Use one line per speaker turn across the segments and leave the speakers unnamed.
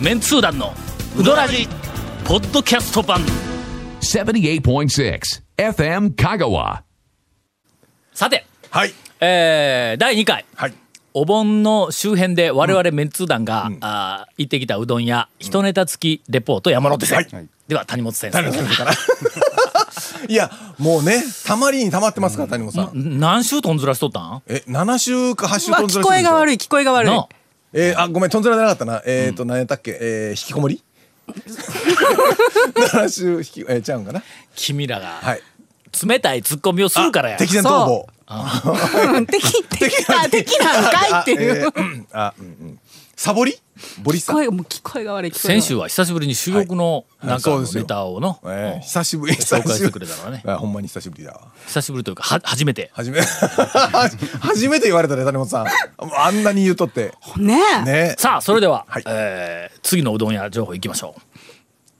メンツー団のウドラジポッドキャスト版
78.6 FM Kagawa.
さて、
はい。
えー、第2回
はい。
お盆の周辺で我々メンツー団が、あー行ってきたうどん屋一ネタ付きレポート山手線、
はい
では谷本先生
谷本さんから。いや、もうね、たまりにたまってますから、谷本さん。
何週とんずらしとったん
え、7週か8週
まあ
とんず
聞
らし
こ
てる
え
でしょ。
が悪い聞こえが悪い
なあ
えーあ、ごめん、とんずらじゃなかったな。えっと、何やったっけえー、引きこもり ?7 週引き、えー、ちゃうんかな。
君らが
はい。
冷たいツッコミをするからや
敵前逃亡。
うん敵敵 だ敵なんかいってい
え
う
ーうんあ、うんうん。サボりボリ
聞
さん
こ。えもう聞こえが悪い聞こえが悪
先
い
週は久しぶりに主力の
い
なんか
そう
の
ですよ
ネタをの、
え
う
ー
ん
久しぶり、
紹
久
介し
してぶ
くれ
り
たのね。
あほんまに久しぶりだわ。
久しぶりというかは初めて
初め、 初めて言われたね、谷本さん。あんなに言うとって。
ねえ
ね。
さあそれでは、
はい
えー次のうどん屋情報いきましょう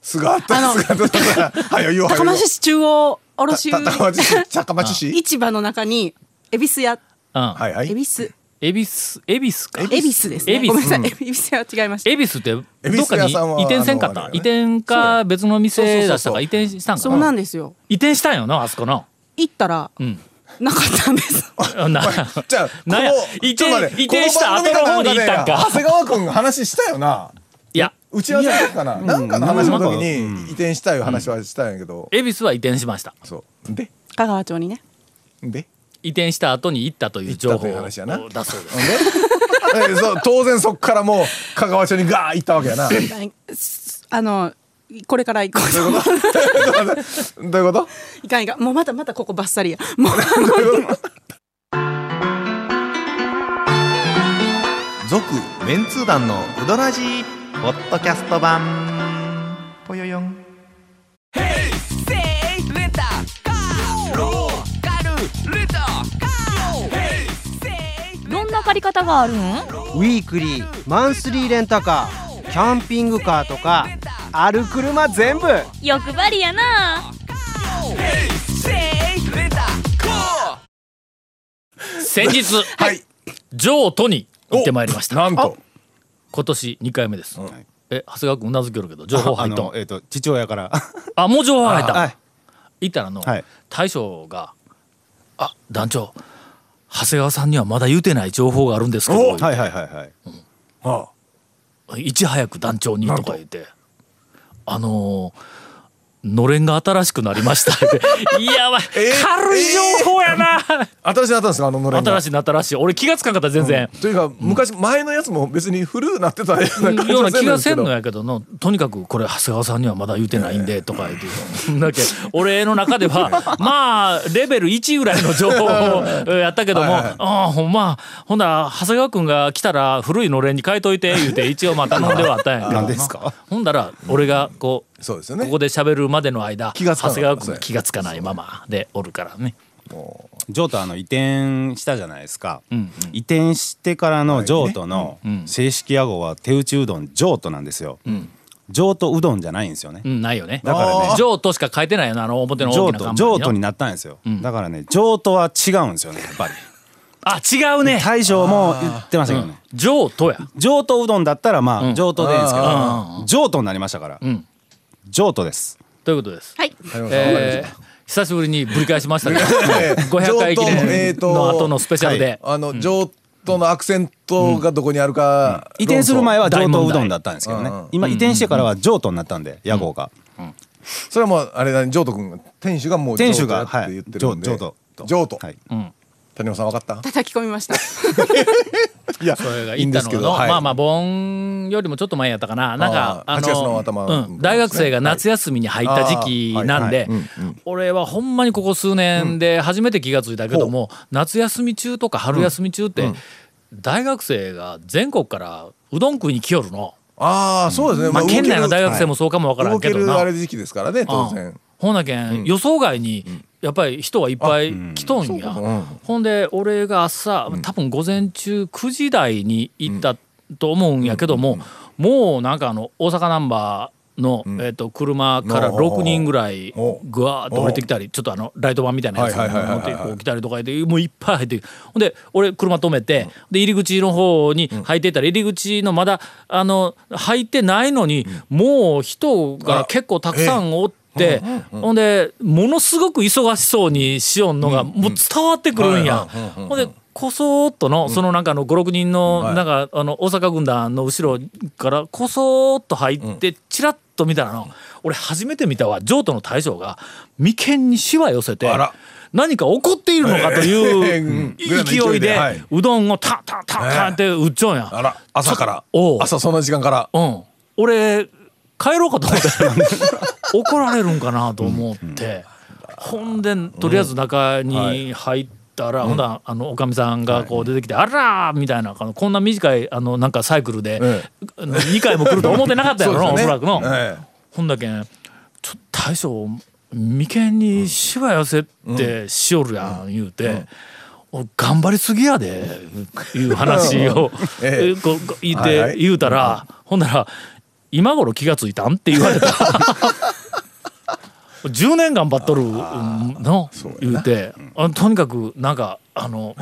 菅あった、
あの
菅あった。はいよ、言うわ
高松市中央卸
た高
売
松市、高松市。
市場の中に恵比寿屋
うん
はいはい
恵。比寿
恵比寿恵比寿か
恵比寿です
恵
ね
比
ごめんな
寿
さい 恵比寿屋違いました
恵比寿ってど
恵比
っ
寿
か
屋
に
さんは
移転せんかっ
あ
た
のあれ
移
だね
転か別の店出したか移転したんか
そうなんですよ
移転したんよなあそこ の
行ったら
ん
なかったんです
あな
じゃあ、
なんや
この
移転
ちょっと待って
移転した後の
こ
方
番組
に行ったんか
なんね長谷川君が話したよな。
いや
打ち合わせの時かな。なんかの話の時
うん
に移転したいう話はしたんやけど。
恵比寿は移転しました
そう。で、
香川町にね
で、
移転した後に行ったという 情報
行ったという
を出
話
そ
や
う
な
です
えそう当然そっからもう香川町にガー行ったわけやな。どう
あのこれから行こうと
いうこと？
いかんいかんもうまたまたここばっさりやもう
どういうこと？
続メンツー団のウドラジーポッドキャスト版ぽよよん
どんな借り方があるん
ウィークリーマンスリーレンタカーキャンピングカーとかある車全部
欲張りやな
先日
はい。
譲渡に行ってまいりました
なんと。
今年2回目です、え長谷川君うなずけるけど情報入っ
あ
と
の
ん
えっ、と父親から
あもう情報入った、
はい
いたらの、
はい
大将が「あ団長長谷川さんにはまだ言うてない情報があるんですけど、
はいはいはいはい
あ
い、ち早く団長に」
なん
と
と
か言って「あのーのれんが新しくなりました」って 「いやばい、
えー
軽い情報やな、
あ。新しいなったんですかあののれんが。
新しいな新しい俺気がつかんかった全然。
というか昔前のやつも別に古うなってたような感じ
ような
はせん
気
の
が
ですけ
せん
ど
のやけどのとにかくこれ長谷川さんにはまだ言うてないんでとか言ってだけ俺の中で はまあレベル1ぐらいの情報をえやったけども
はいはい
ああほんまほんなら長谷川君が来たら古いのれんに変えといて言うて一応まあ頼んではあったんやけど
何ですか
ほんだら俺がこう
そうですよね
ここで喋るまでの間
気が
長
つかなかった
谷川君が気がつかないままでおるからね
譲渡あの移転したじゃないですか、移転してからの譲渡の正式屋号は手打ちうどん譲渡なんですよ、譲渡うどんじゃないんですよね、
うんないよね
だからね
「譲渡」しか書いてないよなあの表の大き
譲
な看
渡
板にな
譲渡になったんですよ、だからね譲渡は違うんですよねやっぱり
あ違うね
大将も言ってましたけどね
「譲渡」や
上都うどんだったらまあ上都でいいんですけど上都になりましたから
ん
上都です
ということです
はい
えー久しぶりにぶり返しま したけど500回記
え
念
ーと
の後のスペシャルで、
あの上都のアクセントがどこにあるか
移転する前
は
は上
大問
都
題
うどんだったんですけどね
うんうん
今移転してからは上都になったんで屋号が
それはもうあれだね上都君が店主がもう
店主が
上都やっ
は
て
い
言ってるんで
上上都
上都
はい
谷本さん分かった
叩き込み ました
いや
それが
い
行
いん
っ
で
た
す
の
け
が
ど
の、
はい
まあまあ盆よりもちょっと前やったかななんか
あー
あ
8月の頭
う
うん
ん、大学生が夏休みに入った時期なんで、
はいあーはいはいうん
俺はほんまにここ数年で初めて気が付いたけども、夏休み中とか春休み中って、大学生が全国からうどん食いに来よるの、
ああそうですね
まあ、
動ける
県内の大学生もそうかもわからんけど
動け
な、
るあれ時期ですからね当
う
然
んほんなけん、予想外にやっぱり人はいっぱい来とんや、ほんで俺が朝多分午前中9時台に行ったと思うんやけども、もうなんかあの大阪ナンバーの、えっと車から
おうおうおう
6人ぐらい
お
ぐわーっと降りてきたりちょっとあのライトバンみたいなやつ
はいはいはいはい
持っ
はい
てこう来たりとかでもういっぱい入ってほんで俺車止めてで入り口の方に入っていったら入り口のまだあの入ってないのにもう人が結構たくさんおって。ほんでものすごく忙しそうにしよんのがもう伝わってくるんや
はいはいうんうんうん
ほんでこそーっとの、そのなんかあの56人の
はい
なんかあの大阪軍団の後ろからこそーっと入ってちらっと見たらの、俺初めて見たわ譲渡の大将が眉間にしわ寄せて
あら
何か怒っているのかと い
う
うん
ぐらいの勢いで
勢いで
はいう
どんをタンタンタンタンって打っちゃうんや。
あら、朝から
おう。
朝そんな時間から。
うん、俺帰ろうかと思って怒られるんかなと思って、ほんでとりあえず中に入ったら、ほんならあのおかみさんがこう出てきて「あら!」みたいなあのこんな短いあのなんかサイクルで、
え
あの2回も来ると思ってなかったや ろな、おそらくの。
ええ
ほんだけんちょっと大将眉間にしわ寄せってしおるやん言うて。俺頑張りすぎやでいう話を
ええ
こうこう言っ
はいは
て
い
言うたら、ほんなら「今頃気がついたん?」って言われた 10年頑張っとるうんの言うてあとにかくなんかあの、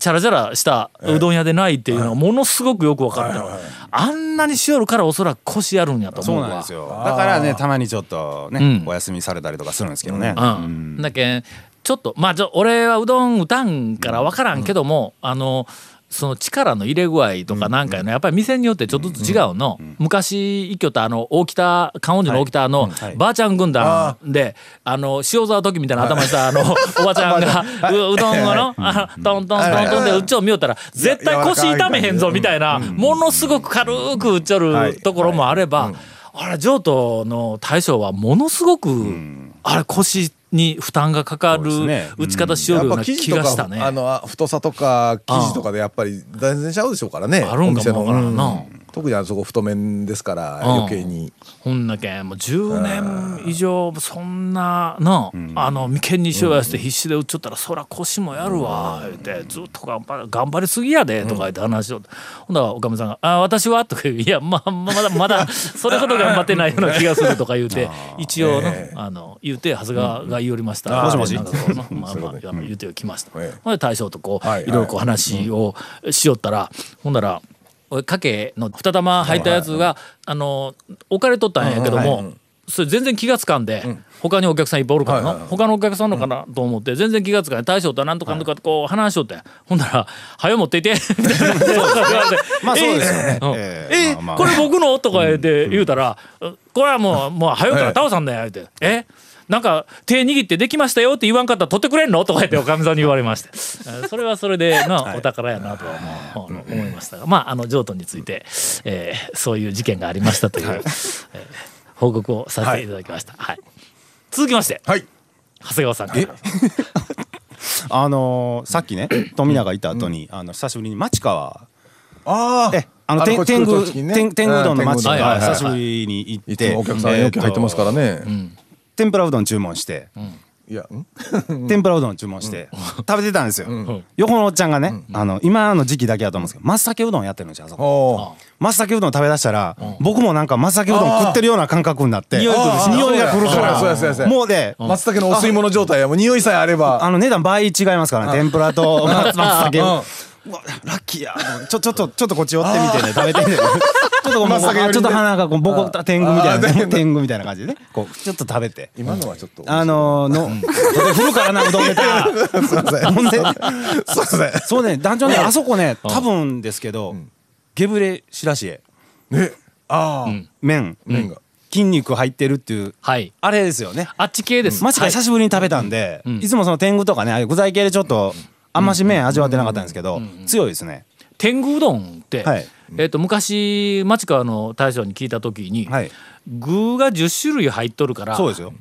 チャラチャラしたうどん屋でないっていうのはものすごくよく分かったの、あんなにしおるからおそらく腰やるんやと思
そうう
わ
なんですよだからねたまにちょっと
うん
ねお休みされたりとかするんですけどね
うん、だけんちょっとまあちょ俺はうどん打たんから分からんけども、あのその力の入れ具合とかなんかやのやっぱり店によってちょっとずつ違うの、昔一挙たあの大北観音寺の大北の
はい
ばあちゃん軍団で、あの塩沢時みたいな頭したあのおばち ゃんがううどんをのあのトントントントンでうっちょを見よったら絶対腰痛めへんぞみたいなものすごく軽くうっちょ
は
る
い
ところもあれば、あれ上都の大将はものすごく、あれ腰に負担がかかる
そうですね
打ち方しよ
や
る
っ
ような
ぱ生
気
地と
がした
か、
ね。
あの、あ太さとか、生地とかでやっぱり断然ちゃうでしょうからね。
あるんかもわからんな
お店のうん特にあそこ太麺ですから、
うん
余計に。
ほんだけもう10年以上そんななあの眉間にしようやして必死で打っちゃったらそら腰もやるわ言うてずっと頑張頑張りすぎやでとか言って話をほんだらおかみさんが「あ私は?」とか言う「いやまあまだまだそれほど頑張ってないような気がする」とか言う て一応のあの言うて長谷川が言おりました
もしもし
なんかこうな まあまああの言うてきました
ええ
ほんで大将とこう
はい
いろいろこう話をしよったらほんなら俺かけの二玉入ったやつがあの置かれとったんやけど
うんうん
もそれ全然気がつかんで他にお客さんいっぱいおるから
はいはい
の他のお客さんのかなと思って全然気がつかない大将とはなんとかなんとかってこう話しとってほんなら「はよ持っていて」みたいな言 われて
まあそうですよね
うん
ええ
え
まあまあ
これ僕のとか言って言うたら、これはもう、もう、早うから倒さんだよ、って。えなんか、手握ってできましたよって言わんかったら取ってくれんのとか言っておかみさんに言われまして。 えそれはそれで、な、お宝やなとは思う思いましたが、まあ、あの、譲渡について、えーそういう事件がありましたという、えー報告をさせていただきました。はい。続きまして、
はい。
長谷川さんから。
あのーさ っきね富永いた後にあの久しぶりに町川
あ
え
あ。
あの天
こっち
天
こっ
狗
ち
天
ね
天狗うどんの
うん
町
天狗うどん
はいはい
川
はい
久しぶりに行っ
い
て
つもお客さんよく入ってますから
ね
ね。
天ぷらうどん注文して
いや、ん
天ぷらうどん注文して食べてたんですよ横のおっちゃんがねあの今の時期だけだと思うんですけど松茸うどんやってるんですよあそこ
お
松茸うどん食べだしたら、僕もなんか松茸うどん食ってるような感覚になって匂
い来るしな
匂いが来るか
そうやそうやそう
ら
や
もうで、
ー松茸のお吸い物状態や、もう匂いさえあれば。
あの値段倍違いますからね天ぷらと松松
うん
茸うわラッキーやちょちょっとちょっとこっち寄ってみてね食べてみてね ちょっとこうもう
松茸寄りね
ちょっと鼻がこうボコった天狗みたい
あー
な
で
天狗みたいな感じでねこうちょっと食べて
今のはちょっと。
あのー、の振るからなうどんネ タ
すいません。
ほんで
すいませ
そうね団長ねあそこね多分ですけどゲブレシラシエ
ん。え、ああ。
麺
麺が。
筋肉入ってるっていう
はい。
あれですよね
あっち系です。
マジか
はい
久しぶりに食べたんで、い、つもその天狗とかねああいう具材系でちょっとあんまし麺味わってなかったんですけど、強いですね
天狗うどんって、
はい
えっと昔町川の大将に聞いた時に、
はい
具が10種類入っとるから
そうですよ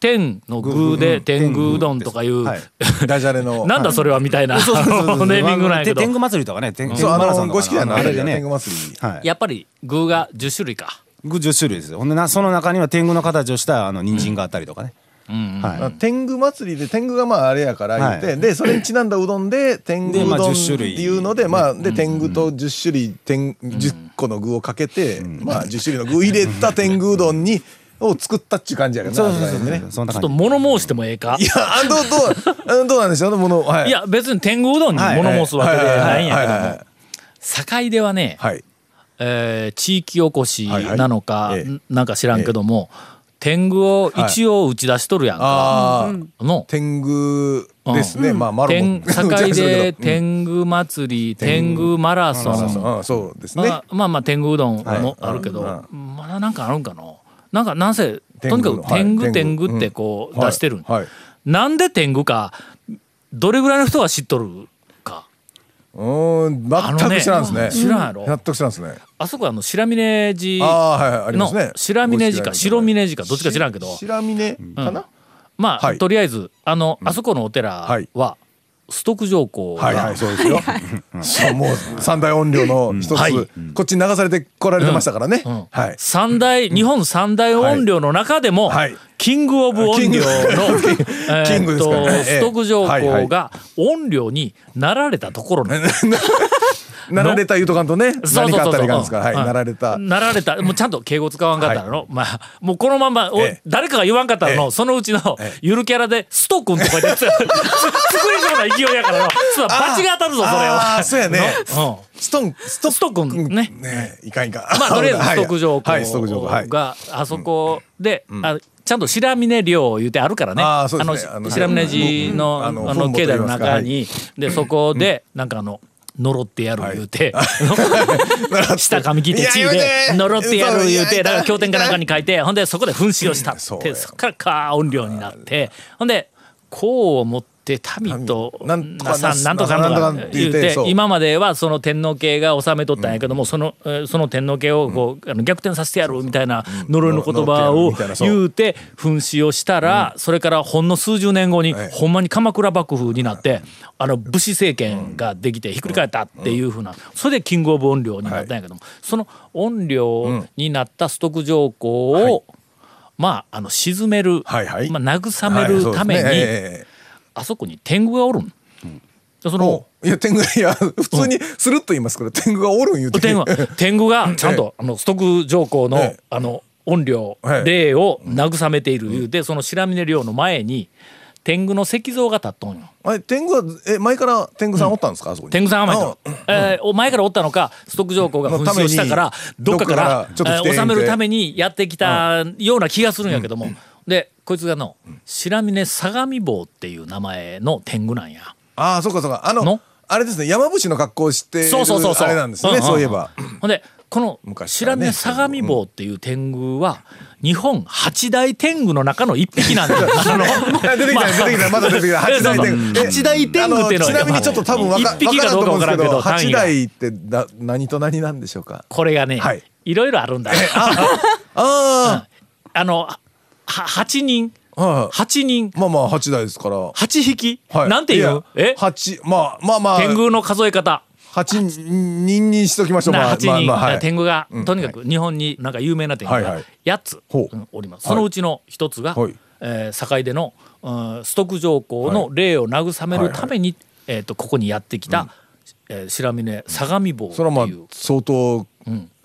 天の具で天狗うどんとかいう、
はい
ダジャレの。
なんだそれはみたいなネ ーミングなんやけ
て
ど
天狗祭りとかね天天
そう、
狗
あ
マラソン
の、
とか
五色だな、
あ
あれ
れで
でね。
ね
天狗祭り。
はい
やっぱり具が10種類か
具10種類ですよほんでなその中には天狗の形をしたあの人参があったりとかね、
うんうん
はい
天狗祭りで天狗がまああれやから言って、
は
でそれにちなんだうどんで天狗
で
う
まあ
どんって
10種類
いうので,、まあで天狗と10種類天10個の具をかけて、まあ、10種類の具入れた天狗うどんにを作ったっちゅう感じやからなあれね
そんな
ちょっ
感
と
じ
物申してもええか
いやあどうどうあどうなんでしょうねものはいい
や別に天狗うどんに
はい
物申すわけではないんやけど
はいはいはい
も堺ではね、
はい
えー地域おこしなのか、
はいはいええ
なんか知らんけども、天狗を一応打ち出しとるやんか、
ああ、
の
天狗ですね、まあマロも
天堺で天狗祭り、天狗マラソン
そうそううんそうですね、
まあ、まあまあ天狗うどんも
はい
あるけど、
うん
まだなんかあるんかななんかなんせ
天
とに
狗
か
の
く天狗
は
天
い天狗
狗ってこう
はい
出してるん、
はい
なんで天狗かどれぐらいの人が知っとるか
うーん
あの
全く知らんですね
知らんやろ、
納得したんですね
あそこはあの白峰
あ
寺
あはいはいありますね
の白峰寺か白峰寺かどっちか知らんけど
し白峰かな、
まあ、
はい
とりあえずあの、あそこのお寺は、
はい
ストック上皇が、
はいはいそうですよ、そうもう三大音量の一つ、
はい
こっちに流されて来られてましたからね、
うん
はい
三大日本三大音量の中でも、
はい
キング・オブ音量の、え
キ
ー
ング
っ
です
と
からねええ
ストック上
はいは
皇
い
が音量になられたところの。
なられた言うとかんとね
そうそう
何かあ
そう
っ
そ
たら
う
いかんですからはい
うん
なられた
なられたもうちゃんと敬語使わんかったらの、まあもうこのままお、
ええ
誰かが言わんかったらの、
ええ
そのうちの
ええ
ゆるキャラでスト君とか言 って作りそうな勢いやからのそうだバチが当たるぞそれ
あ
は
ーそうやね
のうん
ストンスト
ストックンね
ねいかんいかん
まあとりあえずストック上
はいはいストック上
皇
皇はい
があそこで、あのちゃんと白峰寮言うてあるからね
あーそうですね
あの
あの
白峰寺の,、
うん
あ
あ
の
の本部
境
と
内の
言いますか
中に、でそこでなんかあの呪ってやる言うて、 下髪切って
いや
血
言う
で
て
呪ってやる言う
そう
て
いや
なんか経典かなんかに書いてほんでそこで噴死をしたってそ
そ
う
よ
っからか音量になってほんでこう思って民とな
な
んん
とか
さんなんとか
な
なんんと
とか
か
って
言
言う
う
て
て
そう
今まではその天皇系が治めとったんやけども、そのえーその天皇系をこう、あの逆転させてやるみたいな呪いの言葉
呪
を
ってやるみたいなそう
言うて噴死をしたら、それからほんの数十年後に、
ええ
ほんまに鎌倉幕府になって、あの武士政権ができてひっくり返ったっていうふうな、それでキングオブ怨霊になったんやけども、その怨霊になった崇徳上皇を、まああの沈める、
はいはい
まあ、慰めるために、
はいそうですねええ
あそこに天狗がおるん。でその
おいや天狗いや普通にスルッと言いますから天狗がおるん言うて
天狗は天狗がちゃん
え
とあのストク上皇の、
ええ
あの怨霊、
ええ
霊を慰めているいうて、その白峰陵の前に天狗の石像が立っとんよ。
あれ天狗はえ前から天狗さんおったんですか、あそこに
天狗さんが前から、えーお前からおったのかストック上皇が紛失をしたからど
の
った
め
か
に
から
どっかからちょっと来て
えー収めるためにやってきたような気がするんやけども、でこいつがの白峰相模坊っていう名前の天狗なんや。
ああそうかそうかあの
の
あれですね山伏の格好をしてる
そうそうそうそう
あれなんですね、
うんうん
そうい えば
ほんでこの
昔か
白
らね
峰相模坊っていう天狗は日本八大天狗の中の一匹なんだあの
あ出てきた出てきたまだ出てきた八大天狗
そうそう八大天狗っていうのは
あちなみにちょっと多分わか
一匹かどうかわからんけど
わからんと思うんですけど八
単位が
大ってな何と何なんでしょうか
これがね、
はい
い、ろいろあるんだ
あ
あのは八人
あ、はい
八人
まあまあ八大ですから
八匹、
はい
なんてい
いうや
え
八まあまあまあ
天狗の数え方
八人にしときましょう
な
まあ
八
まあ
人、
まあはい
天狗が、
うん
とにかく日本になんか有名な天狗
はいは
が
い
8つ、
ほ
う
う
んおりますそのうちの一つが、
はい
えー堺出の、うん、ストク上皇の霊を慰めるために、えー、とここにやってきた、えー白峰相模坊って
それはまあ
いう。
相当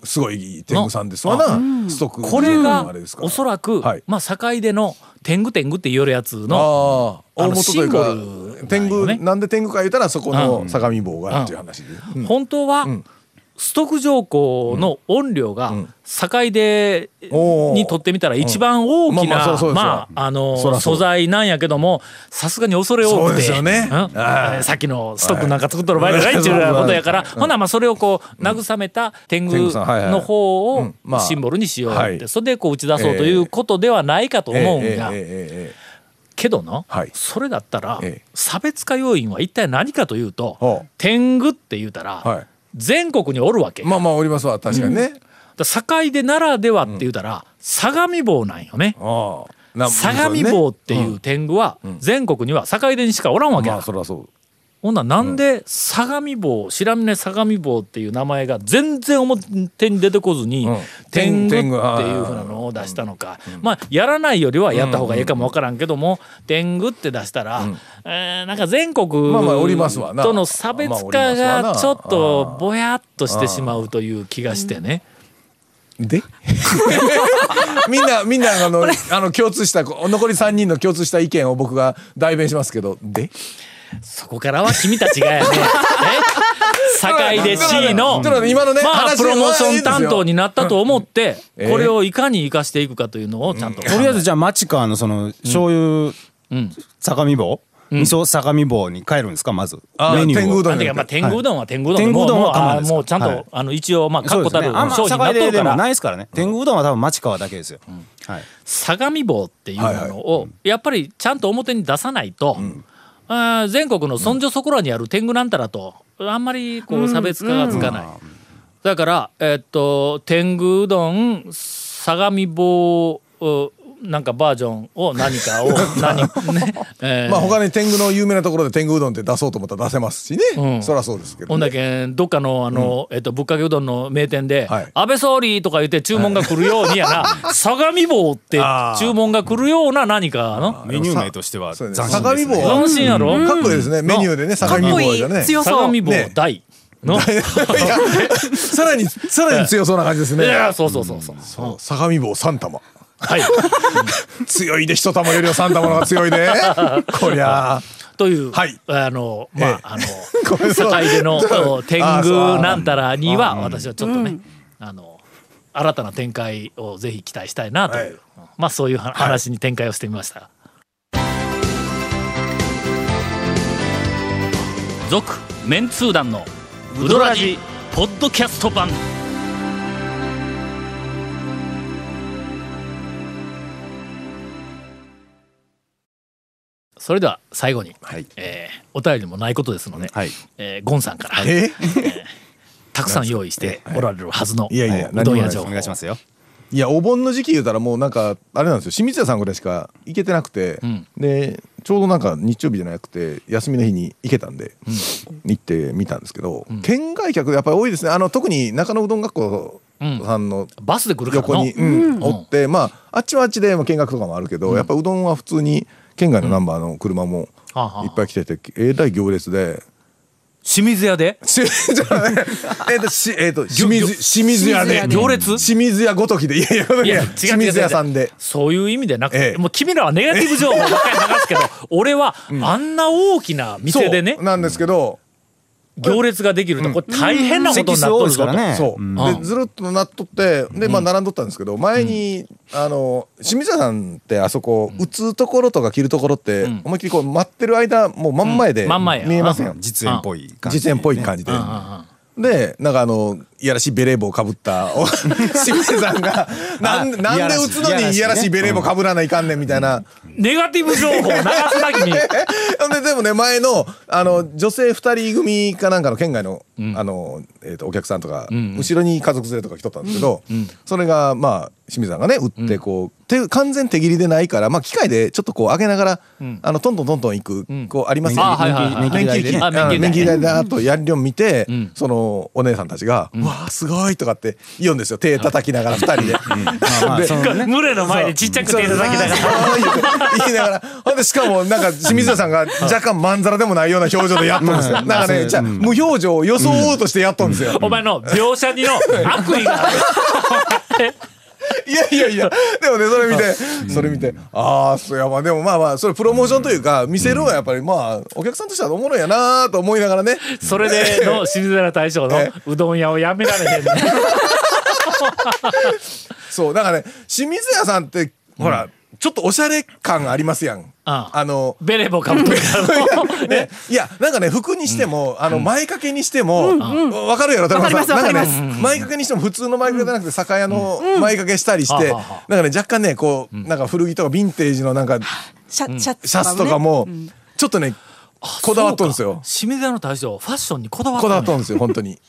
すごい天狗さんですわな、ストック
これ
の
が
あですから
おそらく、
はい
まあ堺出の天狗天狗って言われるやつの
ああ
あ
大
の
元とい
シン
う
ボルなんよ
か
ね
天狗なんで天狗か言うたらそこ
う
の
ん
相模坊がっていう話で、うん
本当は、ストック上皇の音量が
ん
堺で
おー
にとってみたら一番大き
まあまあそうそ
な
うです
まああの
そらそう
素材なんやけどもさすがに恐れ多
そう
く
で
て
すよね
うん
あー
さっきのストックなんか作っとる場合じゃないっていうようなことやから
はい
ほなまあそれをこう慰めた天
天
狗
狗さんはいはい
の方
う
を
んまあ
シンボルにしようっ
は
て
い
それでこう打ち出そうということではないかと思うん
ええ
や
えええええ
けどの、
はい
それだったら、
ええ
差別化要因は一体何かというと、
ほう
天狗って言うたら、
はい
全国におるわけ、
えまあまあおりますわ確かにね、
だ堺でならではって言うたら、相模坊なんよね。
ああな
相模坊っていう天狗は全国には堺でにしかおらんわけ
ま
だ、
あそれはそう
ほんならなんで相模坊白峰相模坊っていう名前が全然表に出てこずに、
うん
天狗ってい
天
う
狗あー
ふうなのを出したのか、まあやらないよりはやった方がいいかもわからんけども、天狗って出したら、えーなんか全国
まあまあおりますわな
との差別化
まあおり
が
ます
ちょ
わな
っとぼやっとしてしまうという気がしてね。
で みんなみんなあのあの共通したこ残り3人の共通した意見を僕が代弁しますけどで
そこからは君たちがやね。え堺で C の、
ちょっと待って今のね
まあ、
話
プロモーション担当
に
になったと思って、
ええ
これをいかに生かしていくかというのをちゃんと。
とりあえずじゃあマチカーのその醤油
ん
相模棒味噌相模棒に変えるんですかまず
あ
メニュ
天狗う
ー
ど
を
なんんていうかまあ、天狗うどんは天狗うどんで
天狗うどんは
もうもうあ
我慢ですか
もうちゃんと、
はい
あの一応まあ
そ
確
うで
固
す
たる
ねあんま
商品になっと
坂出
る
で
か
も
ら
ないですからね天狗うどんは多分マチカーだけですよはい
相模棒っていうものをやっぱりちゃんと表に出さないと、あー全国のそんじょそこらにある天狗なんたらとあんまりこう差別化がつかない、だから、えっと天狗うどん相模棒うなんかバージョンを何 かを何ね、えー
まあ他に天狗の有名なところで天狗うどんって出そうと思ったら出せますしね、
うん
そりゃそうですけど
ほん
ね、
だけんどっかのあの、えっとぶっかけうどんの名店で
はい
安倍総理」とか言って注文が来るようにやな相模棒って注文が来るような何かの
メニュー名としては
そう
斬
ですね
新で
相模
すね
棒
斬新やろ、
かっこいいですねメニューでね相模坊じゃ
かっこい
ね
い強
相模棒
ね
大 の、
いやさらにさらに強そうな感じです
いや
ね
そうそうそうそう、
そう相模坊三玉
はい
強いで一玉よりは三玉の方が強い でこりゃあ
という、
はい
あのまあ、
ええ
あの
ごめんなさい
堺出のお天
あそう
狗なんたらには私はちょっとね、あの新たな展開をぜひ期待したいなという、まあそういうは話に展開をしてみました続、メンツー団のウドラジポッドキャスト版それでは最後に、
はい
えーお便りもないことですので、
はい
えーゴンさんから、
え
たくさん用意しておられるはずの、
いやいや
うどん屋
何もないです
情
お
報
願いしますよ
いやお盆の時期言うたらもうなんかあれなんですよ清水屋さんぐらいしか行けてなくて、
ん
でちょうどなんか日曜日じゃなくて休みの日に行けたんで、行ってみたんですけど、県外客やっぱり多いですねあの特に中野うどん学校さんの
バスで来るからの
横に、うんおってまああっちはあっちでまあ見学とかもあるけど、やっぱうどんは普通に県外のナンバーの車も
はあはあ
いっぱい来てて、えらい行列で。
清水屋で
しじゃあねえっと、し、えっと、 清水、清水屋で。
行列
清水屋ごときで、いやいや、
いや違う
清水屋さんで。
そういう意味でなくて、
ええ
もう君らはネガティブ情報ばっかり流すけど俺はあんな大きな店でね
そうなんですけど、
行列ができるとこれ大変なことになっとるぞと、
席数多いですか
そ
らね
う、
うん
うん
でずるっとなっとってでまあ並んどったんですけど前に、あの清水屋さんってあそこ打つところとか切るところって、思いっきりこう待ってる間もう真ん前で
うん真ん前や
見えますよ、
うん
実演っぽい感じ
実演っぽい感じで。でなんかあのいやらしいベレー帽かぶったお 清水さんがなんで
あ
な
いや
ん
ら
で
しい
打つのにいやらしいベレー帽かぶらないかんねんみたいな。
ネガティブ情報を流すな君
ほんででもね前のあの女性2人組かなんかの県外の,、あのえー、とお客さんとか、後ろに家族連れとか来とったんですけど、それがまあ清水さんがね打ってこう、手完全手切りでないから、まあ、機械でちょっとこう上げながら、あのトントントントンいく、こうありますよ
あはいはいはい
免許機
あ免許台ね
免許台だーっとやりを見て、そのお姉さんたちが「わあすごい」とかって言うんですよ手叩きながら2人で。
まあ
で
そのね
群れの前でちっちゃく手叩きながら
ら言いながらほんでしかもなんか清水さんが若干まんざらでもないような表情でやっとるんですよなんかねじゃあ無表情を装おうとしてやっとるんですよ
お前の描写にの悪意がある
いやいやいやでもねそれ見てそれ見てああそうやまあでもまあまあそれプロモーションというか見せるはやっぱりまあお客さんとしてはおもろいやなと思いながらね
それでの清水寺大将の
え
うどん屋をやめられへんね
そうだからね清水屋さんってほらちょっとおしゃれ感ありますやん
あ
あの
ベレー帽かぶってるからの
ね、いやなんかね服にしても、あの前掛けにしても、わかるやろ高
わかりますわかります
なんかね前掛けにしても普通の前掛けじゃなくて酒屋の前掛けしたりして、
うん
なんかね若干ねこう、なんか古着とかヴィンテージのなんか
シャシャ
シャツ
ね
とかも、ちょっとねこだわっとるんですよ
清水屋の大将ファッションにこだわっ
ことだ
ん
わっ
ね
とるんですよ本当に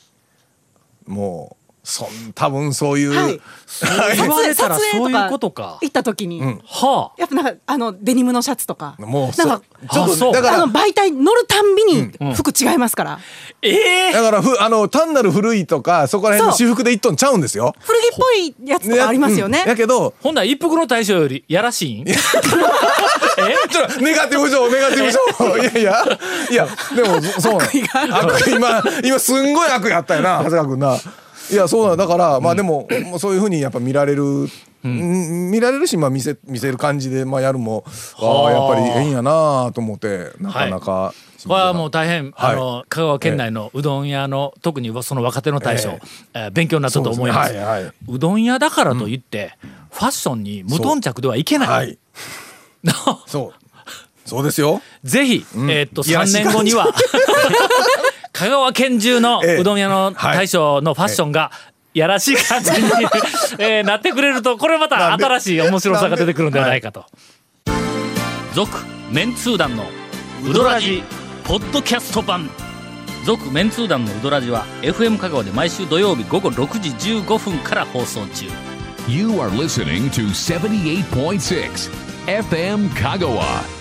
もうそん多分そういう、
はい
言われたら
撮
そ
影と
う
か
いうことか
行った時に、
は
やっぱなんかあのデニムのシャツとか
もう
な
そ
んか
ちょ
あ
っ
そ
と
う
だか
あ
ら
の媒体乗るたんびに服違いますから、
あええ
だからふあの単なる古いとかそこら辺の私服で一トンちゃうんですよ。
古着っぽいやつとかありますよね
うんやけど
ほんなら一服の大将よりやらしいんえ
ちょっとネガティブ上ネガティブ上いやいやいやでもそそうなの悪意今今すんごい悪意あったよな長谷川君ないやそうなのだから、まあでももうそういうふうにやっぱ見られる、うん見られるし、まあ、見せ見せる感じで、まあ、やるもああやっぱりええんやなと思ってなかなか、
これはもう大変、
はい
あの香川県内のうどん屋の、特にその若手の大将、
え
えー勉強になったと思います
そうですねはいはいう
どん屋だからといって、ファッションに無頓着ではいけない、
はいそうそうですよ
ぜひ、えーっと
いや
3年後には 香川県中の
ええ
うどん屋の大将のファッションが、やらしい感じに、 えーなってくれるとこれまた新しい面白さが出てくるんではないかと。続メンツー団のウドラジポッドキャスト版続メンツー団のウドラジは FM 香川で毎週土曜日午後6時15分から放送中
You are listening to 78.6 FM Kagawa.